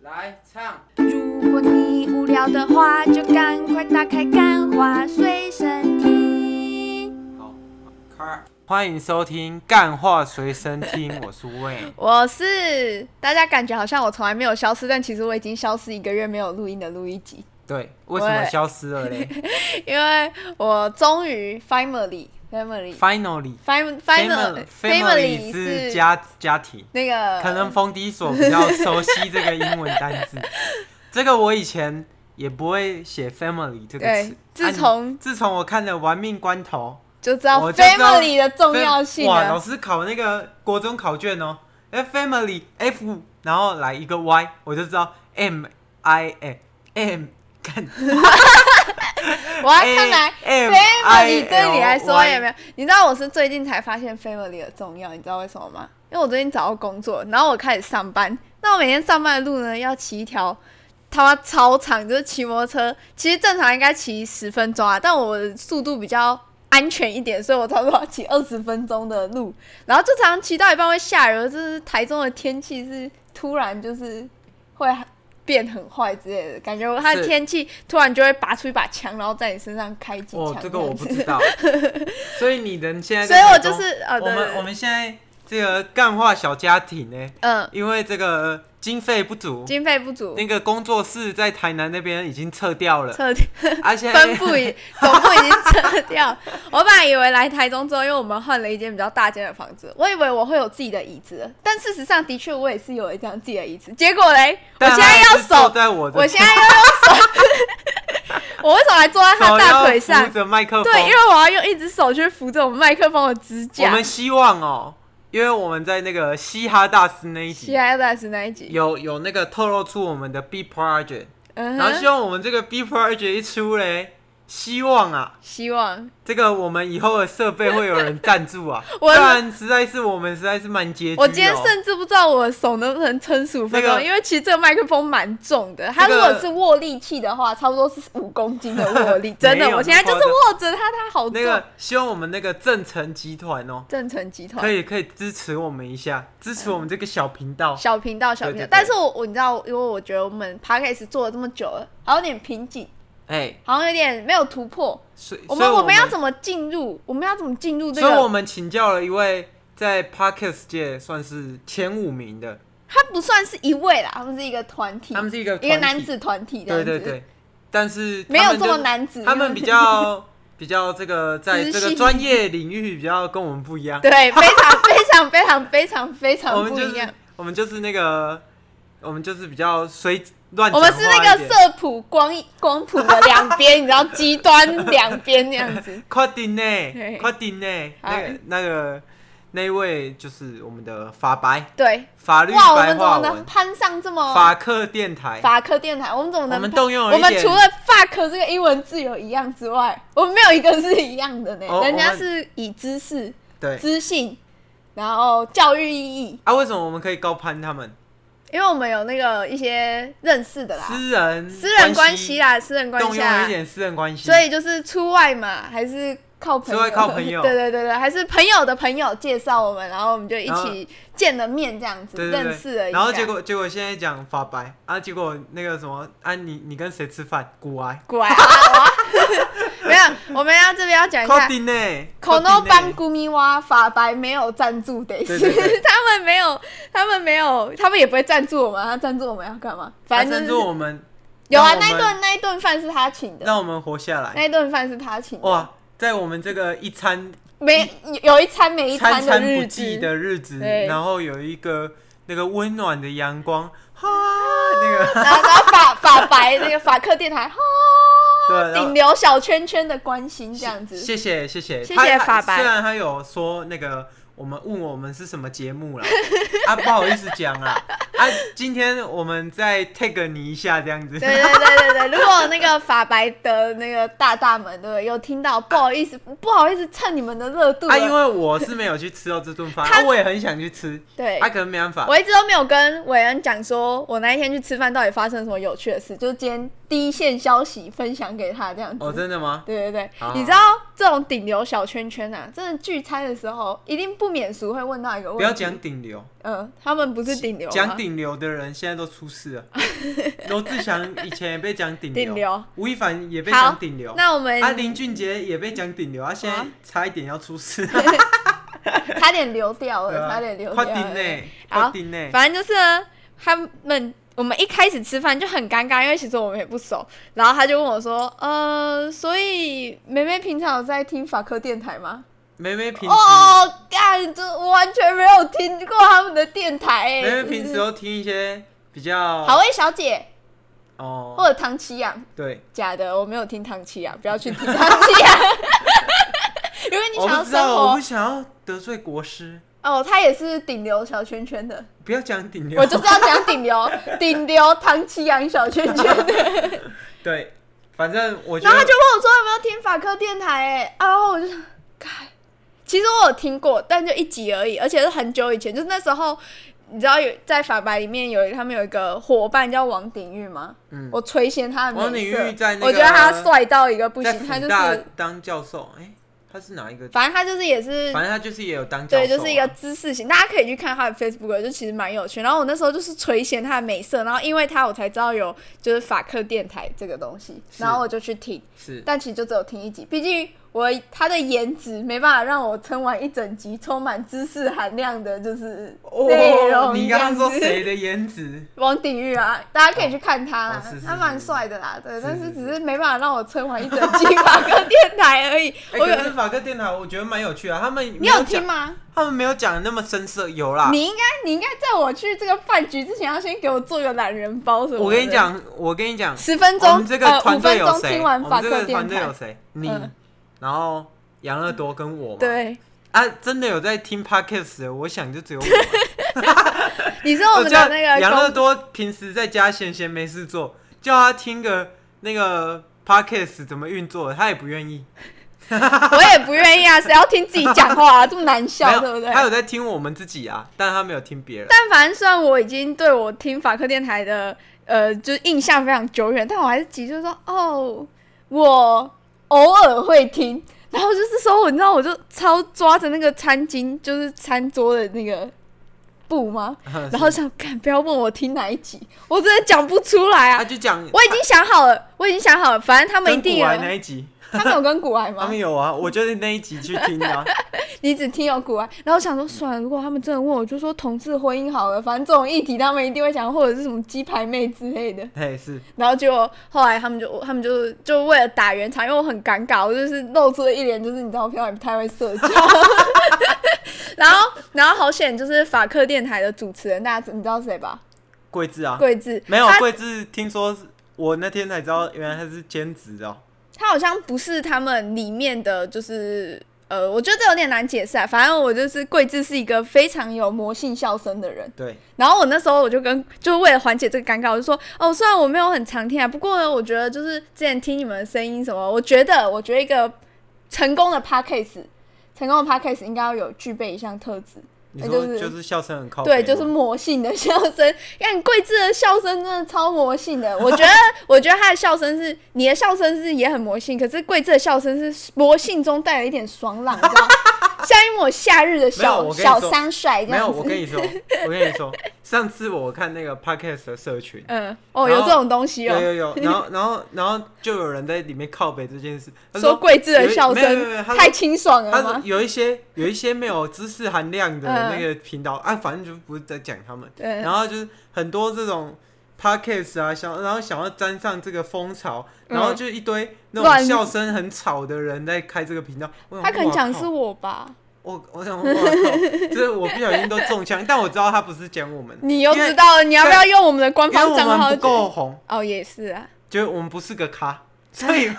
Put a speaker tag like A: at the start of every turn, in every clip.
A: 来唱，
B: 如果你无聊的话，就赶快打开《干花随身听》。
A: 好，开。欢迎收听《干话随身听》，我是魏。
B: 我是大家感觉好像我从来没有消失，但其实我已经消失一个月没有录音的录一集，
A: 对，为什么
B: 喂
A: 消失了嘞
B: 因为我终于 finally finally
A: ？Finally。
B: fin- finally
A: family 是
B: 是
A: 家家庭，
B: 那个
A: 可能冯迪所比较熟悉这个英文单字。这个我以前也不会写 family 这个
B: 对
A: 词。
B: 自
A: 啊你
B: 从
A: 自从我看了《玩命关头
B: 就知道
A: 我就知道
B: family 的》重要性啊
A: 哇，老
B: 了。
A: 师考那个国中考卷哦，哎 family F，然后来一个 Y，我就知道 M I M M，看
B: 我还看来
A: A- M- I-
B: family 对你来说
A: L-
B: 有没有？你知道我是最近才发现 family 的重要，你知道为什么吗？因为我最近找到工作，然后我开始上班，那我每天上班的路呢，要骑一条他妈超长，就是骑摩托车，其实正常应该骑十分钟啊，但我的速度比较安全一点，所以我差不多要骑二十分钟的路，然后就常常骑到一半会下雨，就是台中的天气是突然就是会变很坏之类的感觉，它的
A: 是
B: 天气突然就会拔出一把枪，然后在你身上开几枪、
A: 哦，这个我不
B: 样子
A: 知道，所以你人 现在
B: 所
A: 在
B: 以
A: 台
B: 我就
A: 中，
B: 是呃，
A: 我
B: 对对
A: 们
B: 对
A: 我们现在这个干化小家庭呢，
B: 嗯，
A: 因为这个经费不足，
B: 经费不足，
A: 那个工作室在台南那边已经撤掉了，啊
B: 彻底
A: 而且
B: 分部已总部已经撤掉。我本来以为来台中之后，因为我们换了一间比较大间的房子，我以为我会有自己的椅子了，但事实上的确我也是有一张自己的椅子。结果嘞，我现在要
A: 坐
B: 手，
A: 在啊我的
B: 我现在要用手， 我为什么还坐在他
A: 手
B: 大
A: 要
B: 腿
A: 扶
B: 上？
A: 着麦克风，
B: 对，因为我要用一只手去扶着我们麦克风的支
A: 我
B: 架
A: 们。希望哦，因为我们在那个嘻哈大师那一
B: 西
A: 集
B: 海大师那一集，
A: 有有那个透露出我们的 B project，、
B: 嗯
A: 然后希
B: 哼，
A: 望我们这个 B project 一出嘞，希望啊。
B: 希望
A: 这个我们以后的设备会有人赞助啊，不
B: 我
A: 然实在是我们实在是蛮拮据的哦、
B: 我今天甚至不知道我手能不能撑十五分钟，
A: 那个
B: 因为其实这个麦克风蛮重的，它
A: 这
B: 如
A: 个
B: 果是握力器的话，差不多是五公斤的握 力，真
A: 没
B: 的，
A: 有
B: 我现在就是握着它，它好重。
A: 那个希望我们那个正成集团哦，
B: 正成集团
A: 可以可以支持我们一下，支持我们这个小频道。
B: 小频道，小频
A: 对对，
B: 道
A: 对
B: 但是我我你知道，因为我觉得我们 podcast 做了这么久了，好像有点瓶颈，
A: 哎，
B: 好像有点没有突破。
A: 所以
B: 我
A: 所
B: 们
A: 以
B: 我
A: 我
B: 们要怎么进入？我们要怎么进入这
A: 所以我
B: 个？
A: 们请教了一位在 Podcast 界算是前五名的，
B: 它不算是一位啦，他们是一个团体，
A: 他们是一个
B: 一个
A: 团体
B: 男，子团体这样
A: 对
B: 子，
A: 对对，但是
B: 没
A: 他
B: 有
A: 们
B: 这么
A: 就
B: 男子，
A: 他们比较 比较这个在
B: 知
A: 这个
B: 性
A: 专业领域比较跟我们不一样，
B: 对，非常非常非常非常非
A: 我
B: 常
A: 们
B: 不
A: 就
B: 一样
A: 是。我们就是那个我们就是比较随乱
B: 我
A: 讲话
B: 们
A: 一
B: 是
A: 点，
B: 那个色谱光光谱的两边，你知道极端两边那样 子。
A: 快点呢，
B: 对
A: 快点呢，那
B: 哎
A: 个那个那一位就是我们的法白
B: 对，
A: 法律
B: 哇，我们
A: 白
B: 怎么
A: 话
B: 能
A: 文
B: 攀上这么
A: 法克电台，
B: 法科电台？我们怎么能
A: 我们
B: 攀
A: 动用了
B: 我
A: 一
B: 们
A: 点
B: 除了 fuck 这个英文字有一样之外，我们没有一个是一样的呢。
A: 哦
B: 人
A: 我
B: 家
A: 们
B: 是以知识、
A: 对
B: 知性，然后教育意义，
A: 啊，为什么我们可以高攀他们？
B: 因为我们有那个一些认识的啦，
A: 私人
B: 私人关系啦，私人关
A: 动
B: 系啊
A: 用了一，
B: 啦
A: 点私人关系，
B: 所以就是出外嘛，还是靠朋友，
A: 出外靠朋友
B: 对对对对，还是朋友的朋友介绍我们，然后我们就一
A: 然后
B: 起见了面这样子，
A: 对对
B: 认识啊了
A: 对，
B: 一下。
A: 然后结果结果现在讲法白啊，结果那个什么啊，你你跟谁吃饭？古癌，
B: 过来啊，好啊 没有，我们要这边要讲一
A: 靠
B: 下。
A: 近呢，靠
B: 口诺
A: 近呢
B: 班古米蛙法白没有赞助的，
A: 对对对
B: 他们没有，他们没有，他们也不会赞助我们，他赞助我们要干嘛？
A: 他
B: 反正
A: 赞
B: 就是
A: 助我们，
B: 有
A: 让
B: 啊，
A: 我
B: 那
A: 们
B: 一顿那一顿饭是他请的，
A: 让我们活下来。
B: 那一顿饭是他请的，
A: 哇，在我们这个一餐
B: 没有一餐没一
A: 餐
B: 餐
A: 餐
B: 的
A: 不
B: 日
A: 继
B: 子，
A: 的日子，
B: 对
A: 然后有一个那个温暖的阳光，哈，那个
B: 然后然后法法白那个法克电台，哈，
A: 对，然
B: 顶
A: 后
B: 流小圈圈的关心这样子。
A: 谢谢谢谢
B: 谢
A: 他
B: 谢
A: 他
B: 法白
A: 虽然他有说那个我们问我们是什么节目啦，啊不好意思讲啦，啊今天我们再 tag 你一下这样子，
B: 对对对对对，如果那个法白的那个大大们，对不对？有听到，不好意思，不好意思，蹭你们的热度 了。
A: 啊因为我是没有去吃到这顿饭，
B: 他
A: 啊我也很想去吃，
B: 对
A: 啊，可能没办法，
B: 我一直都没有跟韦恩讲说，我那一天去吃饭到底发生了什么有趣的事。就是今天第一线消息分享给他，这样子。
A: 哦，真的啊吗？
B: 对对对，
A: 好
B: 你知道这种顶流小圈圈啊，真的聚餐的时候一定不免俗会问到一个问
A: 不
B: 题。
A: 要讲顶流，
B: 嗯、他们不是顶流吗，
A: 讲顶流的人现在都出事 了。罗志祥以前也被讲顶
B: 顶流。
A: 吴亦凡也被
B: 好
A: 讲顶流，
B: 那我们
A: 啊，林俊杰也被讲顶流，啊，现在
B: 哇
A: 差一点要出事，
B: 差点流掉
A: 对
B: 了，
A: 啊
B: 差点流掉
A: 快
B: 了。
A: 顶嘞，
B: 好
A: 快顶嘞，
B: 反正就是呢，他们我们一开始吃饭就很尴尬，因为其实我们也不熟。然后他就问我说：“呃，所以梅梅平常有在听法科电台吗
A: 梅梅？”平时
B: 哦，干，这我完全没有听过他们的电台哎、
A: 梅梅平时
B: 就
A: 都
B: 是
A: 听一些比较
B: 好味小姐
A: 哦，
B: 或者唐奇阳，
A: 对，
B: 假的，我没有听唐奇阳，不要去听唐奇阳。 如果你
A: 我
B: 想要
A: 不知
B: 生
A: 道，我
B: 活
A: 不想要得罪国师，
B: 哦，他也是顶流小圈圈的，
A: 不要讲顶流，
B: 我就是要讲顶 流，顶流唐奇阳小圈圈的。
A: 对，反正我觉
B: 然后他
A: 得
B: 就问我说有没有听法科电台、欸，哎，然后我就想，看，其实我有听过，但就一集而已，而且是很久以前，就是那时候，你知道有在法白里面有他们有一个伙伴叫王鼎玉吗？
A: 嗯
B: 我垂涎他的美色，
A: 王鼎玉在那个
B: 我觉得他帅到一个不
A: 在
B: 行，他就
A: 福大
B: 是，
A: 当教授，哎、他是哪一个？
B: 反正他就是也是
A: 反正他就是也有当教授、啊，
B: 对，就是一个知识型，大家可以去看他的 Facebook，就其实蛮有趣。然后我那时候就是垂涎他的美色，然后因为他我才知道有就是法克电台这个东西，
A: 是
B: 然后我就去听，
A: 是
B: 但其实就只有听一集，毕竟我他的颜值没办法让我撑完一整集充满知识含量的，就是内容。
A: 哦你刚刚说 谁？的颜值？
B: 王鼎玉啊，大家可以去看他啦，
A: 哦是是
B: 他
A: 是
B: 蛮
A: 是
B: 帅的啦，对，
A: 是
B: 但是
A: 是
B: 只是没办法让我撑完一整集法克电台而已。
A: 哎、
B: 我有
A: 可是法克电台我觉得蛮有趣啊，他们
B: 你
A: 没有
B: 有听
A: 讲？
B: 吗？
A: 他们没有讲得那么深色，有啦。
B: 你应该，你应该在我去这个饭局之前，要先给我做个懒人包什么的。
A: 我跟你，讲，我哦跟你讲，
B: 十分
A: 我
B: 钟，
A: 们这个
B: 呃，
A: 团
B: 五
A: 队
B: 分
A: 有
B: 钟
A: 谁？
B: 听
A: 我
B: 完
A: 们
B: 法
A: 这
B: 克
A: 个
B: 电
A: 团队有
B: 台。
A: 谁？你，
B: 嗯
A: 然后杨乐多跟我嘛。
B: 对，
A: 啊，真的有在听 podcast 的，我想就只有我啊。
B: 你 说我们的
A: 叫
B: 那个
A: 杨 乐
B: 公，
A: 多平时在家闲闲没事做，叫他听个那个 podcast 怎么运作，他也不愿意。
B: 我也不愿意啊，谁要听自己讲话啊？这么难
A: 没
B: 笑，
A: 有
B: 对不对？
A: 他有在听我们自己啊，但他没有听 别人。
B: 但凡虽然我已经对我听法克电台的呃，就是印象非常久远，但我还是急着说哦，我偶尔会听。然后就是说，我你知道，我就超抓着那个餐巾，就是餐桌的那个布吗？然后想，看不要问我听哪一集，我真的讲不出来
A: 他
B: 啊！
A: 就讲
B: 我已经想好了，我已经想好了，反正他们一
A: 跟
B: 定
A: 古
B: 有，
A: 玩那一集，
B: 他们有跟古癌
A: 他
B: 吗
A: 们？有啊，我就是那一集去听的 啊。
B: 你只听有古癌，然后我想说，算了，如果他们真的问，我就说同志婚姻好了，反正这种议题他们一定会讲，或者是什么鸡排妹之类的。
A: 他也是，
B: 然后结果后来他们就他们就就为了打圆场，因为我很尴尬，我就是露出了一脸就是你知道，我平常也不太会社交。 然后然后好险，就是法克电台的主持人，大家知你知道谁吧？
A: 桂枝啊，
B: 桂智，
A: 没有
B: 他
A: 桂枝，听说是我那天才知道，原来他是兼职的哦。
B: 他好像不是他们里面的，就是呃，我觉得这有点难解释啊。反正我就是桂智是一个非常有魔性笑声的人，
A: 对，
B: 然后我那时候我就跟，就是为了缓解这个尴尬，我就说，哦，虽然我没有很常听啊，不过呢，我觉得就是之前听你们的声音什么，我觉得，我觉得一个成功的 podcast，成功的 podcast 应该要有具备一项特质，
A: 你
B: 那
A: 说
B: 哎就是
A: 就是笑声很靠
B: 对，
A: 北
B: 就是
A: 吗
B: 魔性的笑声。 看桂智的笑声真的超魔性的，我觉得，我觉得他的笑声是你的笑声是也很魔性，可是桂智的笑声是魔性中带有一点爽朗，你 知道，像一抹夏日的
A: 没有
B: 小
A: 我跟你
B: 小
A: 说
B: 桑帅这
A: 没有，
B: 样
A: 我跟
B: 子。
A: 你 说，我跟你说，上次我看那个 podcast 的社群，
B: 嗯，哦，
A: 然
B: 有
A: 后
B: 这种东西
A: 有
B: 哦。
A: 有 有，然后然后然后就有人在里面靠北这件事，他
B: 说桂枝的笑
A: 有一没有没有没
B: 声
A: 有他说
B: 太清爽
A: 他
B: 了
A: 说
B: 吗？
A: 有一些有一些没有知识含量的
B: 嗯
A: 那个频道、啊，反正就不是在讲他们，
B: 对
A: 然后就是很多这种 podcast 啊，想然后想要沾上这个风潮，
B: 嗯
A: 然后就一堆那
B: 乱
A: 种笑声很吵的人在开这个频道，我想
B: 他可能讲
A: 哇
B: 的
A: 靠
B: 是我吧？
A: 我，我想我靠，就是我不小心都中 枪，但我知道他不是讲我们，
B: 你又
A: 因为
B: 知道了，你要不要用我们的官
A: 因为
B: 方
A: 我
B: 账
A: 们
B: 号
A: 不？够红，
B: 哦，也是啊，
A: 就是我们不是个咖，所以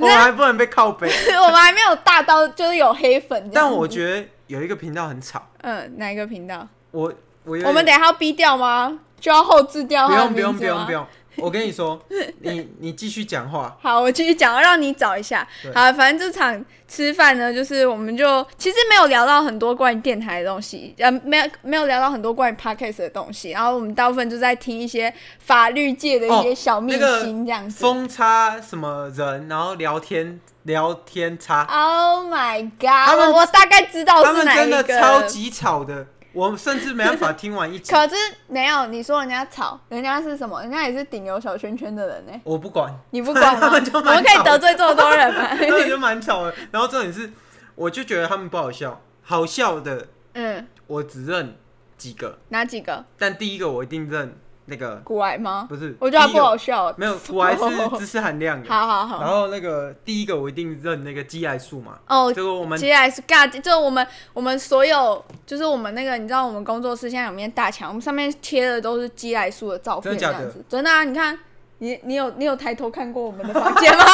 A: 我们还不能被靠 北。
B: 我们还没有大到就是有黑粉这样子。
A: 但我觉得有一个频道很吵，
B: 嗯，哪一个频道？
A: 我我有
B: 我们
A: 点
B: 等一下要逼掉吗？就要后置掉
A: 不
B: 他的
A: 用不用
B: 名
A: 不
B: 字
A: 用
B: 吗
A: 不？用，我跟你 说，你你继续讲话，
B: 好，我继续讲，让你找一下
A: 对。
B: 好，反正这场吃饭呢，就是我们就其实没有聊到很多关于电台的东西，呃，没有没有聊到很多关于 podcast 的东西。然后我们大部分就在听一些法律界的一些
A: 哦
B: 小秘
A: 那个
B: 辛这样子。
A: 风差什么人，然后聊天聊天差，
B: Oh my
A: 他
B: god！
A: 们
B: 我我大概知道
A: 他
B: 是
A: 们
B: 哪
A: 真
B: 一
A: 的
B: 个。
A: 超级吵的，我甚至没办法听完一集。
B: 可是没有，你说人家吵，人家是什么？人家也是顶流小圈圈的人呢、
A: 我不管，
B: 你不管吗？
A: 他们就
B: 我
A: 蛮
B: 们可
A: 吵的
B: 以得罪这么多人 吗？
A: 那个就蛮吵的。然后重点是，我就觉得他们不好笑，好笑的
B: 嗯，
A: 我只认几个，
B: 哪几个？
A: 但第一个我一定认那个
B: 古癌吗？
A: 不是，
B: 我觉得他
A: 第一
B: 不
A: 个
B: 好笑。
A: 没有，我还是知识含量的。
B: 好好
A: 然
B: 好。
A: 后那个第一个我一定认那个基癌数嘛，
B: 哦，
A: 这个我们
B: 接下来是尬，就是我们我们所有，就是我们那个，你知道我们工作室现在有面大墙，我们上面贴的都是基来素的照片，
A: 真的
B: 这
A: 假
B: 样
A: 的
B: 子，真的啊！你看，你你有你有抬头看过我们的房间吗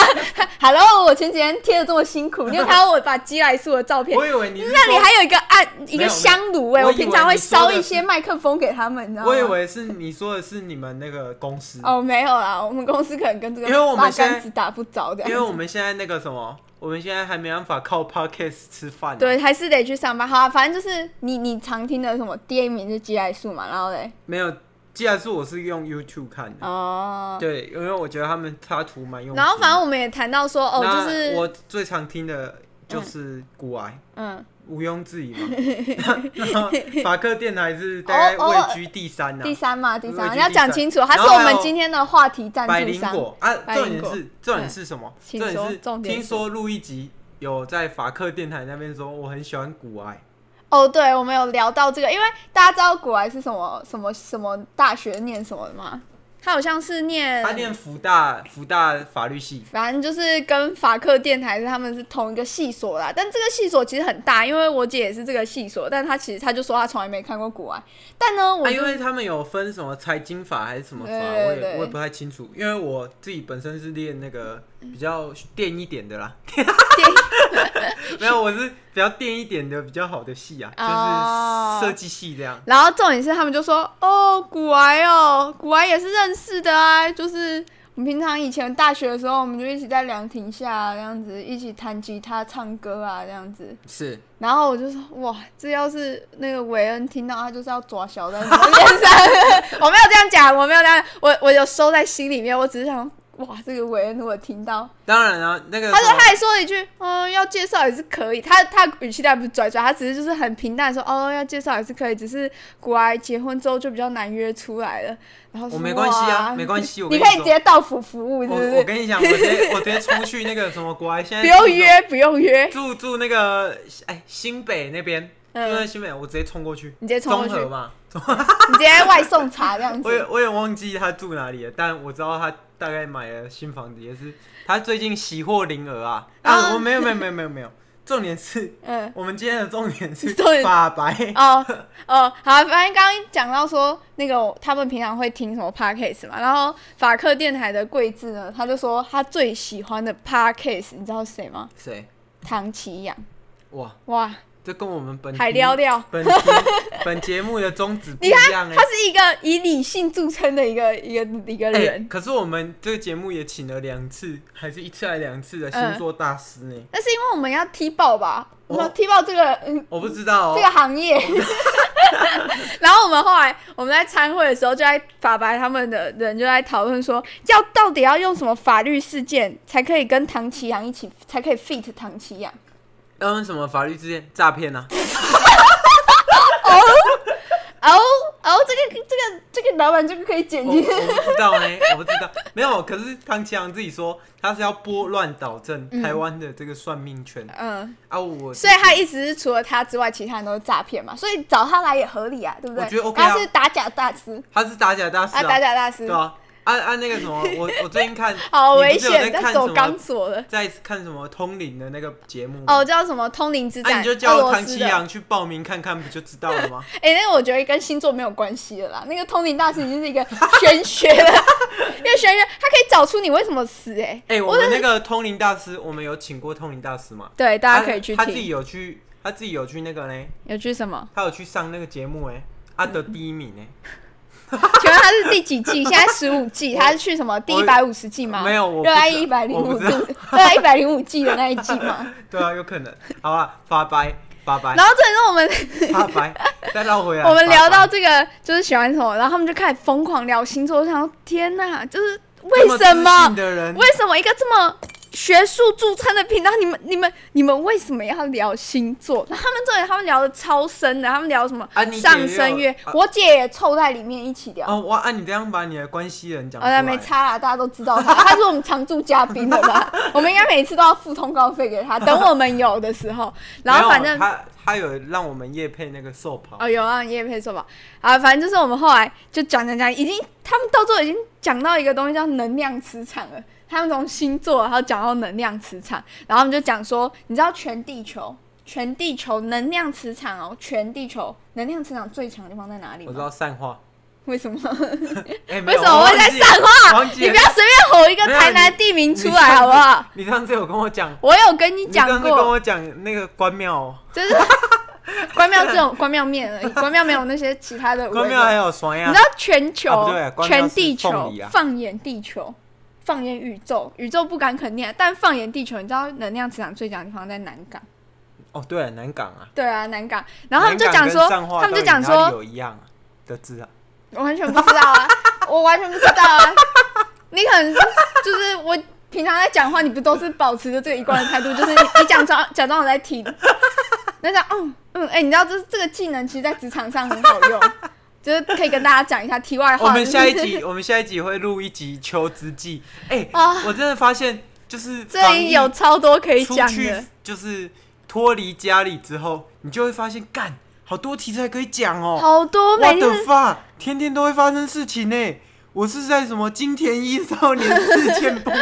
B: ？Hello，我前几天贴的这么辛苦，你有看到我把基来素的照片？
A: 我以为你是
B: 那里
A: 说
B: 还有一个暗一
A: 没
B: 个
A: 有
B: 香炉
A: 没
B: 哎、
A: 有我
B: 我
A: 以为
B: 平常会
A: 你说的
B: 烧一
A: 是
B: 些麦克风给他们，你知道吗？
A: 我以为是你说的是你们那个公司，
B: 哦，没有啦，我们公司可能跟这个
A: 因为我们
B: 八
A: 现在
B: 竿子打不着的
A: 因。为我们现在那个什么， 我们现在还没办法靠 podcast 吃饭、啊。，
B: 对，还是得去上班。好啊，反正就是你你常听的什么第一名是基来素嘛，然后嘞，
A: 没有，既然是我是用 YouTube 看的，
B: 哦，
A: 嗯对，因为我觉得他们插图蛮用心的。
B: 然后反正我们也谈到说，哦，
A: 那
B: 就是
A: 我最常听的就是古癌。
B: 嗯，
A: 毋庸置疑嘛， 然后法克电台是大概
B: 偶偶尔
A: 位居第三啊呐、
B: 哦第三嘛，第
A: 我已
B: 三，
A: 经
B: 你要讲清楚，它是
A: 然后
B: 我
A: 还有
B: 们今天的话题赞
A: 百
B: 助
A: 灵
B: 商。
A: 果啊，
B: 百
A: 重
B: 灵
A: 点
B: 果
A: 是重点是什么？
B: 请
A: 重点
B: 说
A: 是
B: 重点
A: 听
B: 是
A: 说录一集有在法克电台那边说我很喜欢古癌，
B: 哦，对，我们有聊到这个，因为大家知道古来是什么什么什么大学念什么的吗？他好像是念，
A: 他念福大福大法律系，
B: 反正就是跟法克电台是他们是同一个系所啦。但这个系所其实很大，因为我姐也是这个系所，但她其实她就说她从来没看过古来。但呢，我
A: 啊，
B: 就
A: 因为他们有分什么财经法还是什么法，
B: 对对
A: 我也
B: 对
A: 我也不太清楚，因为我自己本身是练那个比较电一点的啦， 没有，我是比较电一点的比较好的系
B: 哦
A: 啊，就是设计系这样。
B: 然后重点是他们就说：“哦，古癌哦，古癌也是认识的啊，就是我们平常以前大学的时候，我们就一起在凉亭下、啊、这样子一起弹吉他、唱歌啊这样子。
A: 是，”
B: 然后我就说：“哇，这要是那个韦恩听到，他就是要抓小在你的脸上。” 我没有这样讲，我没有这样，我我有收在心里面，我只是想。哇，这个韦恩如果听到，
A: 当然啊，那个
B: 他
A: 什
B: 说
A: 么
B: 他还说了一句，嗯，要介绍也是可以。他他语气当然不是拽拽，他只是就是很平淡地说，哦，要介绍也是可以，只是古埃结婚之后就比较难约出来了。然后说
A: 我没关系啊，
B: 哇
A: 没关系，我
B: 你
A: 跟
B: 可以直
A: 说
B: 接到府服务，是不
A: 我我
B: 是？
A: 跟你讲，我直接我直接出去那个什么国外，现在
B: 不用约，不用约，
A: 住住那个哎新北那边，住
B: 嗯
A: 在新北，我直接冲过去，
B: 你直接冲过
A: 综
B: 去
A: 合嘛，
B: 你直接外送茶这样
A: 我也
B: 子。
A: 我也忘记他住哪里了，但我知道他大概买了新房子，也是他最近喜获麟儿啊
B: 啊
A: 啊！我没有没有没有没有没 有，重点是
B: 嗯，
A: 我们今天的重点是
B: 重点
A: 法白，
B: 哦哦，好，反正刚刚讲到说那个他们平常会听什么 podcast 嘛，然后法克电台的桂智呢，他就说他最喜欢的 podcast，你知道是谁吗？
A: 谁
B: 唐奇阳，
A: 哇？
B: 哇，
A: 这跟我们本
B: 海
A: 题
B: 撩撩。
A: 本题 本节目的宗旨不一
B: 你
A: 样哎
B: 他。是一个以理性著称的一个一个一个
A: 哎、
B: 人，
A: 可是我们这个节目也请了两次，还是一次还两次的
B: 嗯
A: 星座大师呢、
B: 那、是因为我们要踢爆吧，我们要
A: 哦
B: 踢爆这个嗯
A: 我不知道、哦，
B: 这个行业。 然后我们后来我们在参会的时候，就在法白他们的人就在讨论说，要到底要用什么法律事件才可以跟唐奇阳一起，才可以 fit 唐奇阳。
A: 要用什么法律之间诈骗啊呢？
B: 哦哦，这个这个这个老板这个可以剪
A: 我我
B: 辑。
A: 不知道呢、欸我不知道，没有。可是唐奇阳自己说他是要拨乱导正台湾的这个算命圈、
B: 嗯，
A: 啊，我
B: 所以他意思是除了他之外，其他人都是诈骗嘛，所以找他来也合理啊，对不对？
A: 我觉得 OK 啊
B: 他是打假大师
A: 他是打假大师
B: 啊，
A: 啊，
B: 打假大师
A: 对。啊，啊啊那个什么，我我最近看
B: 好
A: 你
B: 危
A: 不是有
B: 险，
A: 在
B: 在
A: 看
B: 走
A: 什
B: 钢
A: 么嗯
B: 索了。
A: 在看什么通灵的那个节目吗
B: 哦，，叫什么通灵之
A: 那、
B: 战？
A: 啊你就
B: 俄
A: 叫
B: 罗
A: 唐
B: 斯
A: 奇
B: 的。
A: 阳去报名看看，不就知道了 吗？
B: 哎、那个我觉得跟星座没有关系了啦。那个通灵大师已经是一个玄学 了，因为玄学他可以找出你为什么死、哎、
A: 哎、我
B: 我
A: 们那个通灵大师，我们有请过通灵大师吗？
B: 对，大家可以去
A: 他。他自己
B: 听。
A: 有去，他自己有去那个呢，
B: 有去什么？
A: 啊他有去上那个节目哎、他得第一名呢、
B: 请问他是第几季？现在十五季，他是去什么第一百五十季 吗？
A: 没有，我不
B: 热爱
A: 知
B: 一百零
A: 我
B: 五
A: 不
B: 度，
A: 知道
B: 热爱一百零五季的那一季 吗？
A: 对啊，有可能。好吧，发掰，发掰，
B: 然后这里是我们
A: 发掰， 再绕回来。
B: 我们聊
A: 发
B: 到
A: 掰
B: 这个就是喜欢什么，然后他们就开始疯狂聊星座，我想说天哪，就是为什
A: 这么知
B: 么
A: 性的人
B: 为什么一个这么学术著称的频道，你们你们你们为什么要聊星座？然后他们这里他们聊的超深的，他们聊什么
A: 啊你姐
B: 上升
A: 也
B: 月
A: 有，啊
B: 我姐也凑在里面一起聊。
A: 哦，哇，啊，你这样把你的关系人讲出
B: 好了，
A: 来，
B: 哦没差啦，大家都知道他，他是我们常驻嘉宾的啦。 我们应该每次都要付通告费给他，等我们有的时候。然
A: 没有啊
B: 后反正
A: 他他有让我们夜配那个寿袍，
B: 哦，有啊，叶配说吧，啊，反正就是我们后来就讲讲讲，已经他们到最后已经讲到一个东西叫能量磁场了。他们从星座，然后讲到能量磁场，然后他们就讲说，你知道全地球，全地球能量磁场哦，全地球能量磁场最强的地方在哪里
A: 我
B: 吗？
A: 知道善化。
B: 为什么？
A: 哎，没
B: 为
A: 有
B: 什么
A: 我
B: 会在善化？
A: 忘
B: 你
A: 记了
B: 不要随便吼一个
A: 没有
B: 台南
A: 你
B: 地名出来好不好？？
A: 你上次你上次有跟我讲，
B: 我有跟
A: 你
B: 你讲
A: 上次跟
B: 过，
A: 我讲那个关庙哦，
B: 就是 关庙这种关庙面而已，关庙没有那些其他 的。
A: 关庙还有双呀
B: 你知，道全球、
A: 啊不对关
B: 全
A: 庙是
B: 地球
A: 凤梨啊
B: 放眼地球，放眼宇宙，宇宙不敢肯定啊，但放眼地球，你知道能量磁场最强的地方在南港。
A: 哦，对，南港啊。
B: 对啊，南港。然后他们就
A: 南港
B: 讲
A: 跟
B: 说，
A: 善化
B: 他们就
A: 到
B: 讲
A: 底哪里
B: 说，
A: 有一样啊的字啊，
B: 我完全不知道 啊，我完全不知道啊。你可能就是我平常在讲话，你不都是保持着这个一贯的态度，就是你你讲装假装我在听， 那讲嗯嗯，哎、你知道这这个技能其实，在职场上很好用。就是可以跟大家讲一下题外话。
A: 我们下一
B: 就是
A: 集， 我们下一集会录一集求职记。哎、
B: 啊
A: 我真的发现，就是
B: 这里有超多可以
A: 出
B: 讲
A: 去
B: 的，，
A: 就是脱离家里之后，你就会发现，干好多题材可以讲哦。
B: 好多
A: 我
B: 每
A: 的
B: 次
A: 发，天天都会发生事情呢、我是在什么金田一少年事件 簿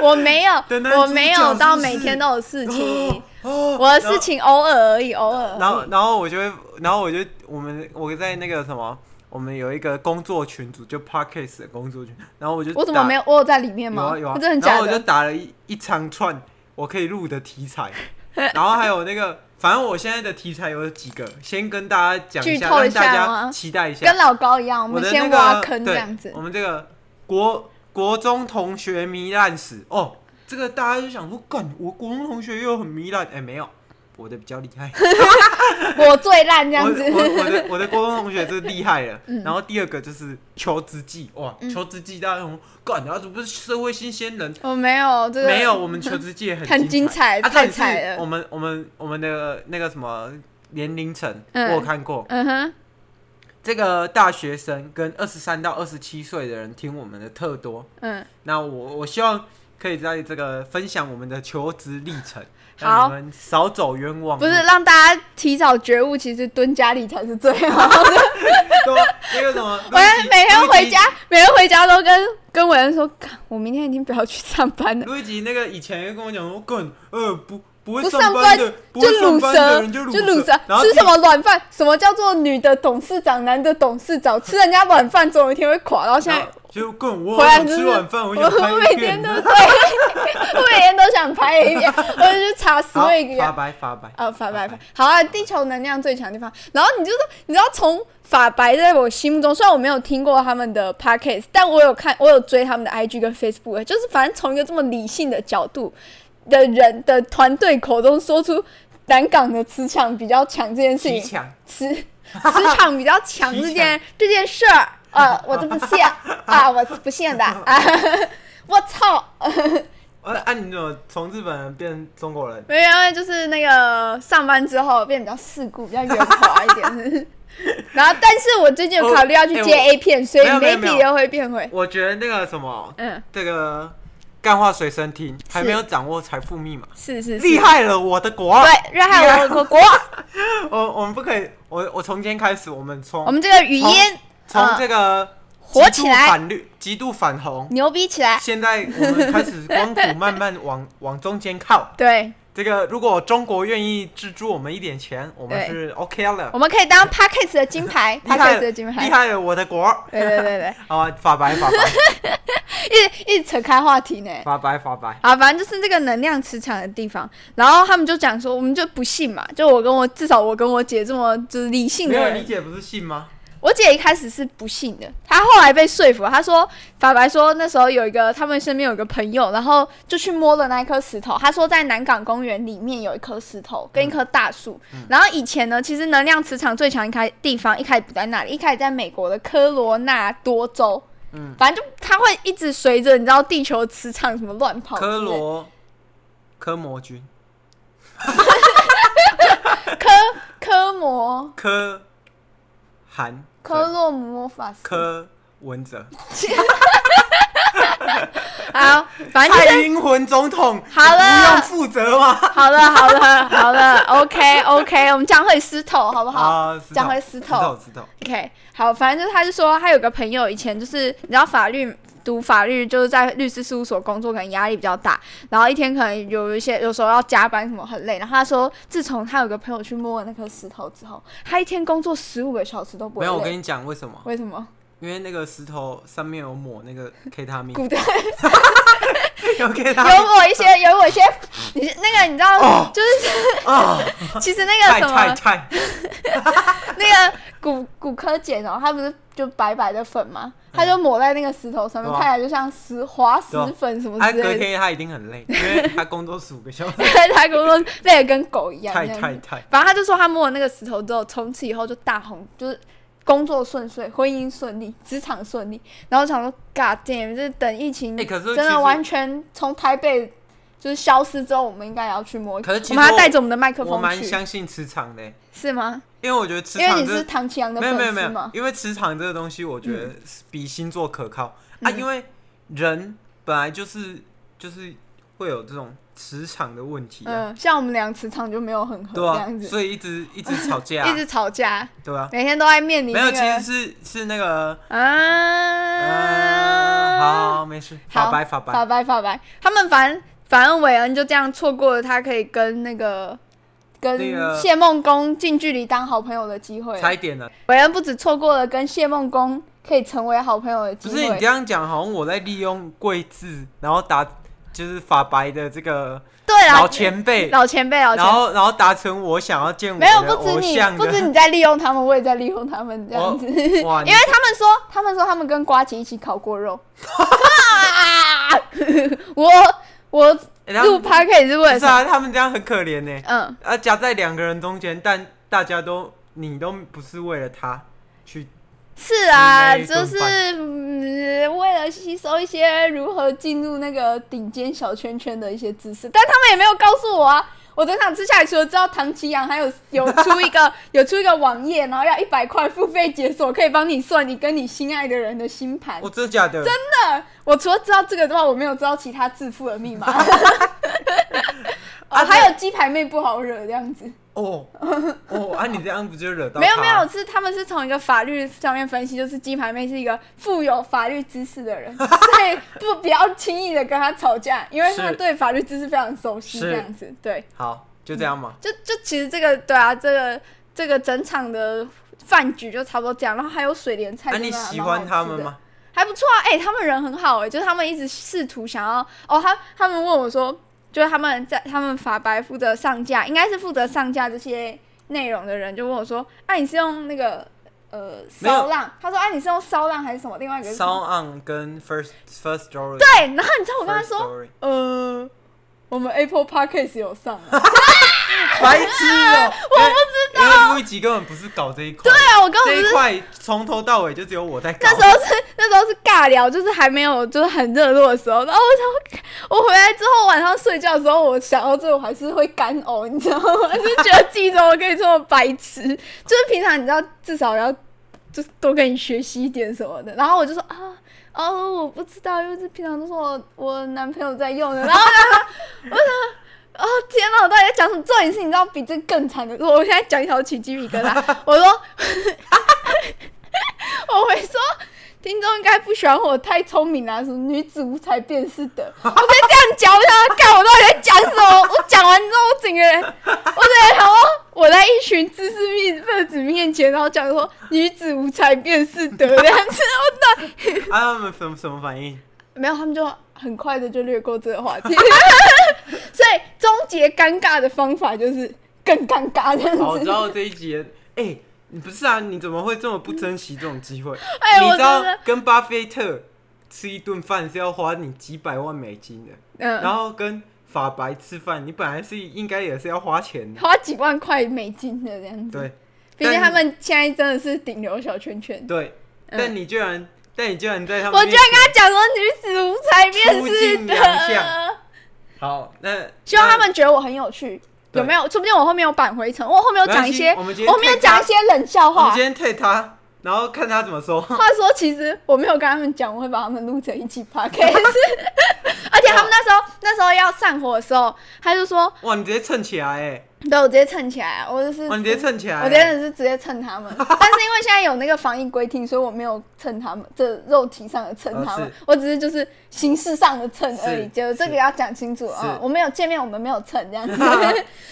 B: 我没有
A: 的男，主
B: 我没有到每天都有事 情，我的事。情偶尔而已，偶尔
A: 哦然后
B: 而，已。
A: 然后我就会，然后我就，我们我在那个什么，我们有一个工作群组，就 Parkes 的工作群，然后我就
B: 我怎么
A: 打
B: 没有？我有在里面
A: 有
B: 吗？
A: 啊有啊，
B: 真的
A: 然
B: 假
A: 后我就
B: 的？
A: 打了一一长串我可以录的题材， 然后还有那个，反正我现在的题材有几个，先跟大家讲
B: 剧
A: 下，
B: 透一
A: 让大
B: 下
A: 家
B: 吗
A: 期待一下
B: 跟。老高一样，我
A: 我
B: 们
A: 的
B: 先
A: 那个
B: 挖坑这
A: 对
B: 样子
A: 我。们这个国国中同学糜烂史哦，这个大家就想说，干，我国中同学又很糜烂，哎，没有，我的比较厉害。
B: 我最烂 这样子嗯
A: 我。我我的我的高中同学是厉害 了，然后第二个就是求职记，哇，求职记大家想说，干，然后这不是社会新鲜人，
B: 我没有这个，
A: 没有，我们求职界很
B: 啊很精彩
A: 啊
B: 太
A: 重点是
B: 彩了
A: 我们我们我们的那个什么年龄层，
B: 嗯
A: 我有看过
B: 嗯哼，
A: 这个大学生跟二十三到二十七岁的人听我们的特多。
B: 嗯，
A: 那我我希望可以在这个分享我们的求职历程，让
B: 好
A: 你们少走冤枉路。
B: 不是让大家提早觉悟，其实蹲家里才是最好。
A: 对啊那个什么，
B: 我每天
A: 录一集
B: 回家，每天回家都跟跟伟恩说，干我明天一定不要去上班了。
A: 录一集那个以前跟我讲说，滚，呃，不不会
B: 不
A: 上
B: 上
A: 班
B: 班
A: 的，不
B: 就
A: 会上
B: 卤
A: 班的人
B: 蛇，
A: 就
B: 卤
A: 蛇，然后
B: 吃
A: 自己
B: 什么软饭？什么叫做女的董事长，男的董事长？吃人家软饭，总有一天会垮。然后现
A: 然
B: 在
A: 后，就滚，我
B: 回来
A: 想
B: 就是
A: 吃晚饭，我想拍
B: 我每
A: 影片
B: 天都 对，我每天都想拍一遍，我就去查
A: 好
B: Swig
A: 发
B: 啊，
A: 白发白，
B: 啊法白法，好啊，地球能量最强的地方。然后你就是你知道，从法白在我心目中，虽然我没有听过他们的 podcast，但我有看，我有追他们的 IG 跟 Facebook，就是反正从一个这么理性的角度的人的团队口中说出南港的磁场比较强这件事
A: 极
B: 情，
A: 强，
B: 磁磁场比较强这 件这件事儿，呃，我都不信啊，我不信的 啊，我操，
A: 呃，啊，你怎么从日本人变中国人？
B: 没有，因为就是那个上班之后变比较世故，比较圆滑一点。然后，但是我最近有考虑要去接
A: 哦哎我
B: A 片，所以
A: 没有没有
B: maybe
A: 没有
B: 又会变回，
A: 我觉得那个什么，
B: 嗯，
A: 这个干话随身听还没有掌握财富密码，
B: 是是是，
A: 厉，害了我的国啊！
B: 对，厉害我我国，
A: 我我们不可以，我我从今天开始，我们
B: 我
A: 从
B: 们这个语音
A: 从
B: 嗯
A: 这个
B: 火
A: 极度
B: 起来
A: 反绿极度反红，
B: 牛逼起来，
A: 现在我们开始光谱慢慢往 往中间靠。
B: 对，
A: 这个如果中国愿意资助我们一点钱，我们
B: 对
A: 是 OK 了
B: 我。们可以当 p a c k a g e 的金牌 p
A: 厉
B: a c
A: 害
B: k a g e
A: 了，
B: 的金
A: 厉
B: 牌，
A: 害了，我的国儿！
B: 对对对对，
A: 啊，法白法 白
B: 一直一直扯开话题呢。
A: 法白法白，
B: 啊，反正就是这个能量磁场的地方。然后他们就讲说，我们就不信嘛，就我跟我至少我跟我姐这么就是理性
A: 没
B: 的
A: 有
B: 人
A: 理，解不是信吗？
B: 我姐一开始是不信的，她后来被说服。她说，法白说那时候有一个他们身边有个朋友，然后就去摸了那一颗石头。她说在南港公园里面有一颗石头跟一棵大树。
A: 嗯
B: 然后以前呢，其实能量磁场最强一开地方一开始不在那里，一开始在美国的科罗纳多州。
A: 嗯
B: 反正就它会一直随着你知道地球磁场什么乱跑之类的。
A: 科罗科摩君，
B: 科科摩
A: 科韩
B: 科洛姆法斯。
A: 科文哲，
B: 好，反正就是
A: 蔡英文总统，
B: 好了
A: 你不用负责吗？
B: 好了，好了，好了，OK OK，我们讲回石头好不好？
A: 啊，石头
B: 讲回石头
A: 石头，石头，
B: OK，好，反正就是他就说他有个朋友以前就是你知道法律读法律就是在律师事务所工作，可能压力比较大，然后一天可能有一些有时候要加班什么很累。然后他说，自从他有个朋友去摸了那颗石头之后，他一天工作十五个小时都不会
A: 没
B: 累。
A: 有，我跟你讲为什么？
B: 为什么？
A: 因为那个石头上面有抹那 个 K 他命，
B: 古代
A: 有 K 他
B: 有
A: 命
B: 我一些，有我一些，你那个你知道，
A: 哦
B: 就是
A: 啊，
B: 其实那个
A: 太
B: 什
A: 太
B: 么。
A: 太，
B: 那个骨骨科碱哦，它不是就白白的粉吗？它就抹在那个石头上面，
A: 对啊
B: 看起来就像石滑石
A: 对啊
B: 粉什么
A: 他
B: 之
A: 隔
B: 类的。，
A: 天他一定很累，因为他工作十五个小时
B: 他跟我说累得跟狗一样
A: 太
B: 这样
A: 太
B: 子。
A: 太，
B: 反正他就说他摸了那个石头之后，从此以后就大红，就是工作顺遂、婚姻顺利、职场顺利。然后我想说，God damn，就是等疫情
A: 哎可是
B: 真
A: 其实
B: 的完全从台北就是消失之后，我们应该也要去摸。
A: 可是其实
B: 我们还
A: 我
B: 带着我们的麦克
A: 我
B: 风
A: 蛮
B: 去，
A: 相信磁场的，因
B: 是吗？
A: 为我觉得磁
B: 因为
A: 场
B: 你
A: 这
B: 是唐奇阳的
A: 没
B: 粉
A: 有没有没
B: 丝
A: 有
B: 吗，？
A: 因为磁场这个东西，我觉得是比星座可靠、啊，
B: 嗯
A: 因为人本来就是就是会有这种磁场的问题啊，
B: 嗯，像我们俩磁场就没有很合
A: 对
B: 嗯这
A: 吧、
B: 样子。
A: 所以一直一直 吵架、
B: 一直吵架，
A: 对吧、
B: 每天都在面临
A: 没
B: 那
A: 有，
B: 个
A: 其实是是那个，嗯，好
B: 啊，
A: 好没事，法白法白，
B: 法白法白，他们反正反正韦恩就这样错过了他可以跟那个跟
A: 那个
B: 谢梦工近距离当好朋友的机会。
A: 差一点了。
B: 韦恩不止错过了跟谢梦工可以成为好朋友的
A: 不是
B: 机
A: 你这
B: 会，
A: 样讲，好像我在利用贵字，然后打就是法白的这个
B: 对啦，
A: 老前辈，
B: 老前辈老前
A: 然
B: 辈。
A: 后然后达成我想要见我
B: 没有，
A: 的
B: 不止
A: 偶
B: 你，
A: 像啊
B: 不止
A: 的。
B: 你在利用他们，我也在利用他们这样子。因
A: 哇，你
B: 为他们说，他们说他们跟瓜吉一起烤过肉。 啊我我
A: 欸他们
B: 录 p o d c a 是为了
A: 不是
B: 什么？
A: 啊，他们这样很可怜呢。
B: 嗯，
A: 啊，夹在两个人中间，但大家都你都不是为了他去，
B: 是啊，
A: 吃那一
B: 就
A: 顿
B: 是、
A: 饭
B: 嗯为了吸收一些如何进入那个顶尖小圈圈的一些知识，但他们也没有告诉我啊。我整场吃下来，除了知道唐奇阳还有有出一个有出一个网页，然后要一百块付费解锁，可以帮你算你跟你心爱的人的星盘。
A: 哦我真的假的？真的
B: 我除了知道这个之外，我没有知道其他致富的密 码。哦，
A: 啊
B: 还有鸡排妹不好惹这样子。
A: 哦哦啊，你这样不就惹到
B: 没有
A: 他
B: 没有，是他们是从一个法律上面分析，就是鸡排妹是一个富有法律知识 的人，所以不不要轻易的跟她吵架，因为他们
A: 是
B: 对法律知识非常熟悉，
A: 是
B: 这样子对。
A: 好，就这样嘛。
B: 就就其实这个对啊，这个这个整场的饭局就差不多这样，然后还有水莲菜，
A: 那、啊你喜欢他们？吗？
B: 还不错啊，哎、他们人很好哎、就是他们一直试图想要哦，他他们问我说，就是他们在他们法白负责上架，应该是负责上架这些内容的人，就问我说，啊，你是用那个呃
A: 没有
B: 骚浪？他说，啊，你是用骚浪还是什么？另外一个是什么
A: Sound on 跟 First First Story，
B: 对，然后你知道我跟他
A: First
B: 说，
A: Story，
B: 呃，我们 Apple Podcast 有上、 啊，
A: 白痴哦、我不知道，因为路易吉根本不是搞这一块，
B: 对啊，我根
A: 这
B: 本不
A: 一
B: 是
A: 块从头到尾就只有我在搞。
B: 那时候是那时候是尬聊，就是还没有就是很热络的时候。然后我想，我回来之后晚上睡觉的时候，我想到这，我还是会干呕，你知道吗？就觉得自己怎么可以这么白痴？就是平常你知道，至少要就是多跟你学习一点什么的。然后我就说啊。哦，我不知道，因为这平常都是我我男朋友在用的。然后呢，我想，哦天哪，我到底在讲什么？重点是，你知道比这更惨的，我我现在讲一条起鸡皮疙瘩。我说， 我会说，听众应该不喜欢我太聪明啦、什么女子无才便是 德。我在这样讲，我想要干，我到底在讲什么？我讲完之后，我整个人，我整个人，我我在一群知识面分子面前，然后讲说女子无才便是德这样子，我到底
A: 啊，他们什么什么反 应？
B: 没有，他们就很快的就略过这个话题。 所以终结尴尬的方法就是更尴尬这
A: 好，我
B: 样
A: 知
B: 子。
A: 道这一集的，哎、你不是啊？你怎么会这么不珍惜这种机会？
B: 哎、
A: 你
B: 我
A: 知道
B: 真的，
A: 跟巴菲特吃一顿饭是要花你几百万美金的，
B: 嗯，
A: 然后跟法白吃饭，你本来是应该也是要花钱的，
B: 花几万块美金的这样子。
A: 对
B: 毕竟
A: 但
B: 他们现在真的是顶流小圈圈。
A: 对。
B: 嗯
A: 但你居然，但你居然在他们
B: 我居
A: 面
B: 然跟他讲说你去死无才便
A: 出
B: 是
A: 尽
B: 德，
A: 良相好，那
B: 希望
A: 那
B: 他们觉得我很有趣。
A: 对
B: 有没有？说不定我后面有扳回一城，我后面有讲一些，
A: 没关系我们今天
B: 我后面有
A: 退咖
B: 讲一些冷笑
A: 我们
B: 话
A: 今。天退他，然后看他怎么说。
B: 话说，其实我没有跟他们讲，我会把他们录成一集 podcast。而且他们那时候那时候要散伙的时候，他就说
A: 哇，你直接蹭起来哎！：“
B: 对，我直接蹭起来，啊我就是
A: 哇，你直接蹭起来欸！
B: 我真的是直接蹭 他们，但是因为现在有那个防疫规定，所以我没有蹭他们，这肉体上的蹭他们，
A: 哦是
B: 我只是就是形式上的蹭而已。
A: 是
B: 就这个要讲清楚
A: 是
B: 啊、我们有见面，我们没有蹭这 样子。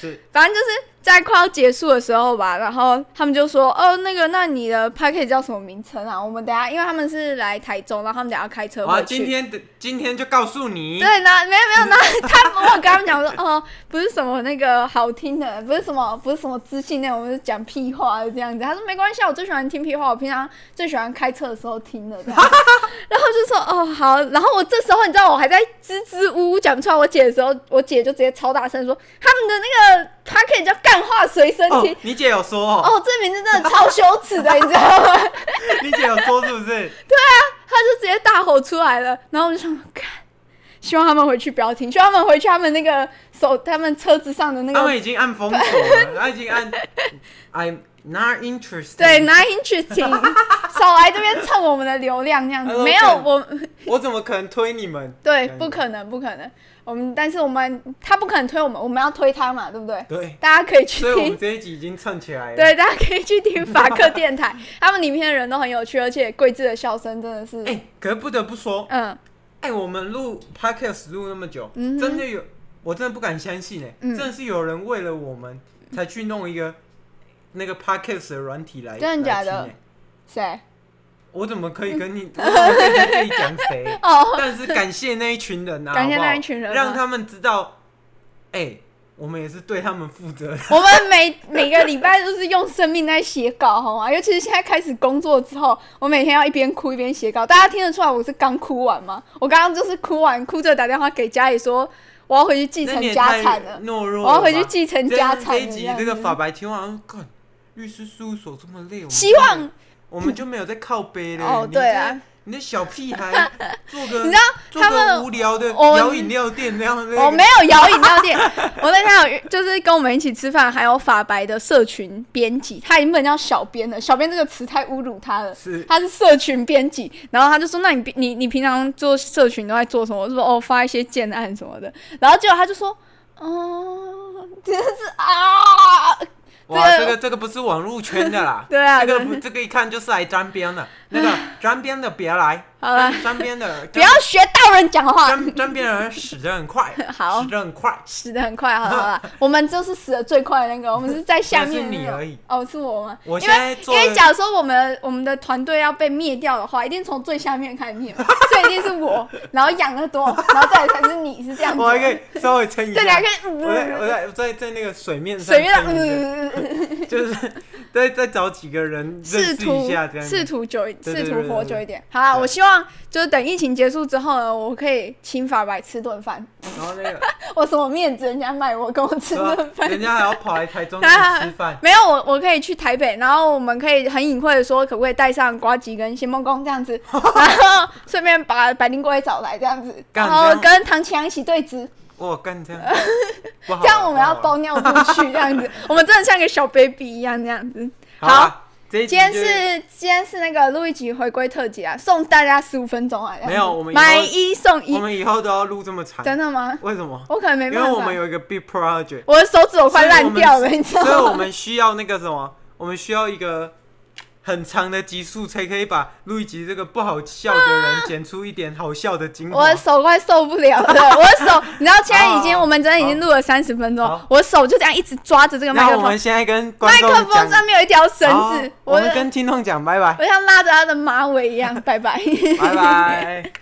A: 是
B: 反正就是在快要结束的时候吧，然后他们就说：“哦，那个，那你的 p a c k a g e 叫什么名称啊？我们等一下，因为他们是来台中，然后他们等一下要开车
A: 好，
B: 回
A: 今
B: 去。”
A: 天的今天就告诉你，
B: 对，然后没有没有，然后他我有跟他们讲说，哦，不是什么那个好听的，不是什么不是什么知性那种，我们是讲屁话的这样子。他说没关系，啊，我最喜欢听屁话，我平常最喜欢开车的时候听的这样子。然后就说哦好，然后我这时候你知道我还在支支吾吾讲不出来我姐的时候，我姐就直接超大声说他们的那个 p a c k a g e 叫干话随身
A: 哦
B: 听。哦，
A: 你姐有说哦，
B: 这名字真的超羞耻的，你知道吗？
A: 你姐有说是不是？
B: 他就直接大吼出来了，然后我就想，看，希望他们回去不要听，希望他们回去他们那个手，他们车子上的 那
A: 他
B: 个
A: 们已经按封锁了，他已经 按 I'm not interested。
B: 对 not interesting，少来这边蹭我们的流量这样子，
A: Hello，
B: 没
A: 对
B: 有我，
A: 我怎么可能推你们？
B: 对，
A: 嗯
B: 不可能不可能，我们但是我们他不可能推我们，我们要推他嘛，对不对？
A: 对，
B: 大家可以去
A: 所以我
B: 听
A: 们。这一集已经蹭起来了。，
B: 对，大家可以去听法克电台，他们里面的人都很有趣，而且桂智的笑声真的是，
A: 哎、可是不得不说，
B: 嗯，
A: 哎、我们录 podcast 录那么久，
B: 嗯哼
A: 真的有，我真的不敢相信哎、
B: 嗯
A: 真的是有人为了我们才去弄一个那个 podcast 的软体来，
B: 真的假的
A: 来听哎
B: 谁？？
A: 我怎么可以跟你，我怎么可以跟自己讲谁
B: 哦，
A: 但是感谢那一群人啊，
B: 感谢
A: 好不好
B: 那一群人啊
A: 让他们知道，哎、我们也是对他们负责的。
B: 我们每每个礼拜都是用生命在写稿，好吗？尤其是现在开始工作之后，我每天要一边哭一边写稿。大家听得出来我是刚哭完吗？我刚刚就是哭完，哭着打电话给家里说我要回去继
A: 那
B: 承
A: 你也
B: 家
A: 太
B: 产了，
A: 懦弱
B: 我要回去
A: 继
B: 继承家产
A: 这一
B: 了
A: 集
B: 样
A: 这个
B: 子
A: 法白听完，嗯干律师事务所这么累，我们
B: 希望
A: 我们就没有在靠背嘞。
B: 哦
A: 你
B: 对
A: 这
B: 啊，
A: 你那小屁孩做个
B: 你知道
A: 做个
B: 他们
A: 无聊的
B: 我
A: 摇饮料店那样
B: 我
A: 的，
B: 没有摇饮料店， 我那天有就是跟我们一起吃饭，还有法白的社群编辑，他原本叫小编的，小编这个词太侮辱他了，
A: 是
B: 他是社群编辑，然后他就说，那你你你平常做社群都在做什么？我就说哦发一些建案什么的，然后结果他就说，哦、真的是啊，
A: 哇，
B: 这
A: 这
B: 个，
A: 个这个不是网络圈的啦
B: 对啊
A: 这个
B: 对
A: 不这个一看就是来沾边的，那 个沾边的别来，
B: 好了，
A: 沾边的
B: 不要学大人讲话，，
A: 沾沾边的人死得很快
B: 好
A: 死得很快，
B: 死的很快，好了好了，我们就是死的最快的那个，我们是在下
A: 那是
B: 面那
A: 你
B: 种
A: 而已
B: 哦，是我吗？
A: 我
B: 因
A: 现在
B: 为
A: 做
B: 因为
A: 的
B: 假如说我们我们的团队要被灭掉的话，一定从最下面开始灭嘛，所以一定是我，然后养乐多，然后再来才是你，是这样子
A: 我
B: 吗。
A: 还可以稍微撑一
B: 对，你还
A: 下
B: 可。
A: 我在我
B: 以嗯
A: 在在在那个水面上
B: 随便的，
A: 撑一下
B: 嗯，
A: 就是 再再找几个人认识
B: 试
A: 一
B: 图
A: 下这样子。
B: 试图久
A: 对对
B: 试图
A: 对
B: 活
A: 对
B: 久一点。好啦，
A: 对
B: 我希望就是等疫情结束之后呢，我可以请法白吃顿饭，
A: 然后那个，
B: 我什么面子，人家卖我，跟我吃
A: 对啊吧
B: 顿饭。
A: 人家还要跑来台中跟
B: 他
A: 你吃 饭，
B: 没有，我我可以去台北，然后我们可以很隐晦的说，可不可以带上瓜吉跟谢梦工这 样子，然后顺便把百灵果也找来这样子，
A: 干
B: 然后
A: 这
B: 跟唐强一起对峙，
A: 哇，干 这样，不好啊
B: 这样我们要
A: 不好啊
B: 包尿布去这样子，我们真的像个小 baby 一样这样子。
A: 好啊，这一集
B: 今天
A: 就是
B: 今天是那个录一集回归特辑啊，送大家十五分钟啊，这样子
A: 没有我们以后
B: 买一送
A: 我
B: 一，
A: 们以后都要录这么长，
B: 真的吗？
A: 为什么？
B: 我可能没
A: 因
B: 办
A: 为
B: 法，
A: 我们有一个 big project，
B: 我的手指我快烂掉了，
A: 所以我们
B: 你知道
A: 所以我
B: 吗？
A: 们需要那个什么，我们需要一个很长的集数，才可以把录一集这个不好笑的人剪出一点好笑的 精华。
B: 我的手快受不了 了，我的手，你知道现在已经，
A: 好
B: 我们真的已经录了三十分钟
A: 好，
B: 我手就这样一直抓着这个麦
A: 那
B: 克
A: 我
B: 风
A: 们，现在跟观
B: 麦
A: 众
B: 克风
A: 讲
B: 上面有一条绳
A: 好
B: 子，
A: 我
B: 我
A: 们
B: 的
A: 跟听众讲拜拜，
B: 我像拉着他的马尾一样，拜拜。
A: 拜拜。